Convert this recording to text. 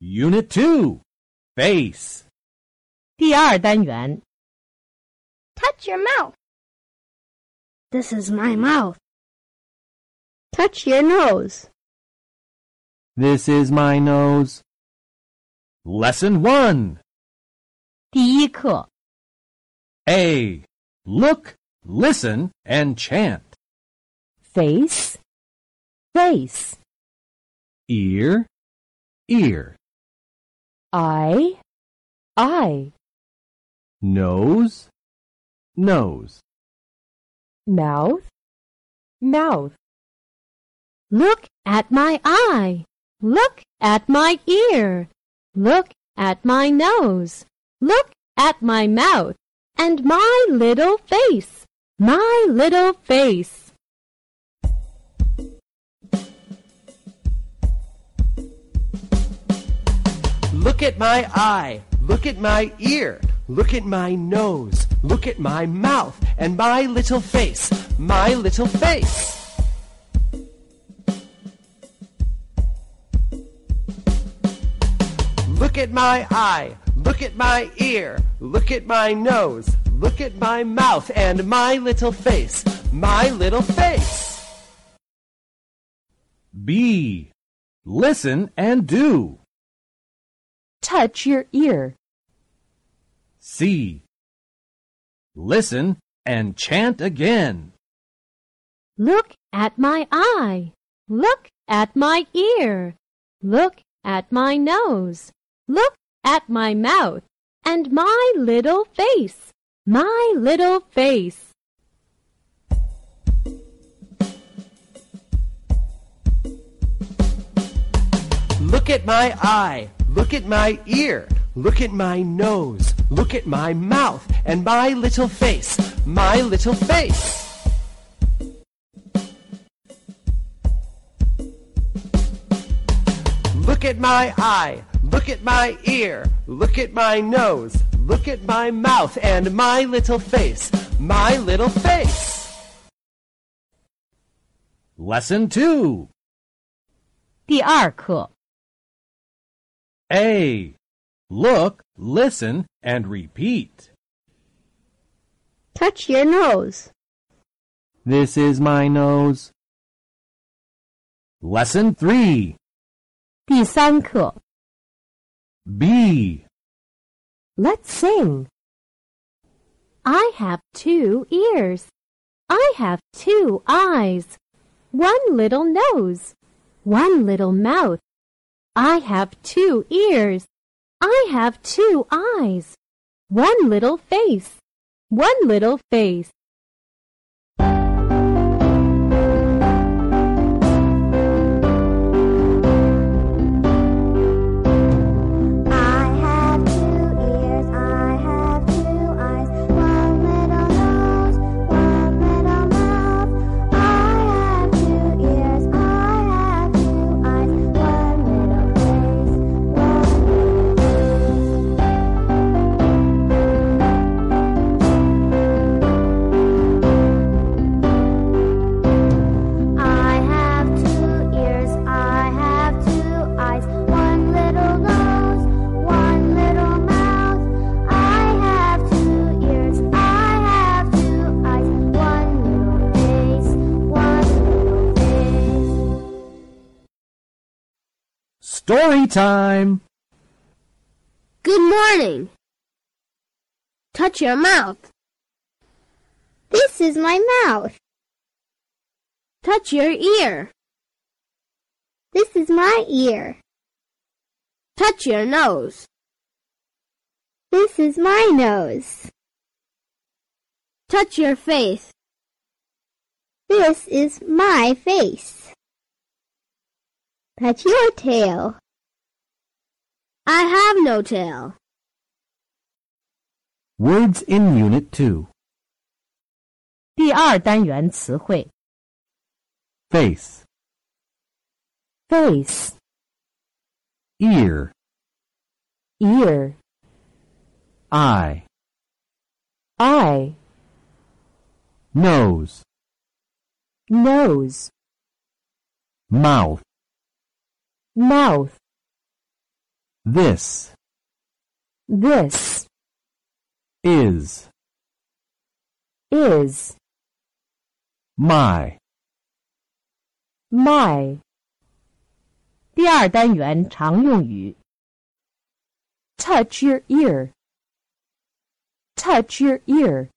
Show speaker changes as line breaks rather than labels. Unit 2 Face
第二单元
Touch your mouth.
This is my mouth.
Touch your nose.
This is my nose. Lesson 1
第一课
A. Look, listen, and chant.
face face
Ear, ear.
eye eye
Nose, nose.
mouth mouth Look at my eye. Look at my ear. Look at my nose. Look at my mouth and my little face. My little face.
'Face.
B. Listen and do.
Touch your ear.
C. Listen and chant again.
Look at my eye. Look at my ear. Look at my nose. Look at my mouth and my little face. My little face.
'Face.
Lesson 2
第二课
A. Look, listen, and repeat.
Touch your nose.
This is my nose. Lesson 3
第三课
B.
Let's sing. I have two ears. I have two eyes. One little nose. One little mouth. I have two ears. I have two eyes. One little face. One little face.
'Good
Story time!
morning. Touch your mouth.
This is my mouth.
Touch your ear.
This is my ear.
Touch your nose.
This is my nose.
Touch your face.
This is my face. Touch your tail.
I have no tail.
Words in Unit 2
第二单元词汇
Face,
face,
ear,
ear,
eye,
eye,
nose,
nose,
mouth,
mouth,
This
This
is
is
my
my 第二单元常用语。Touch your ear. Touch your ear.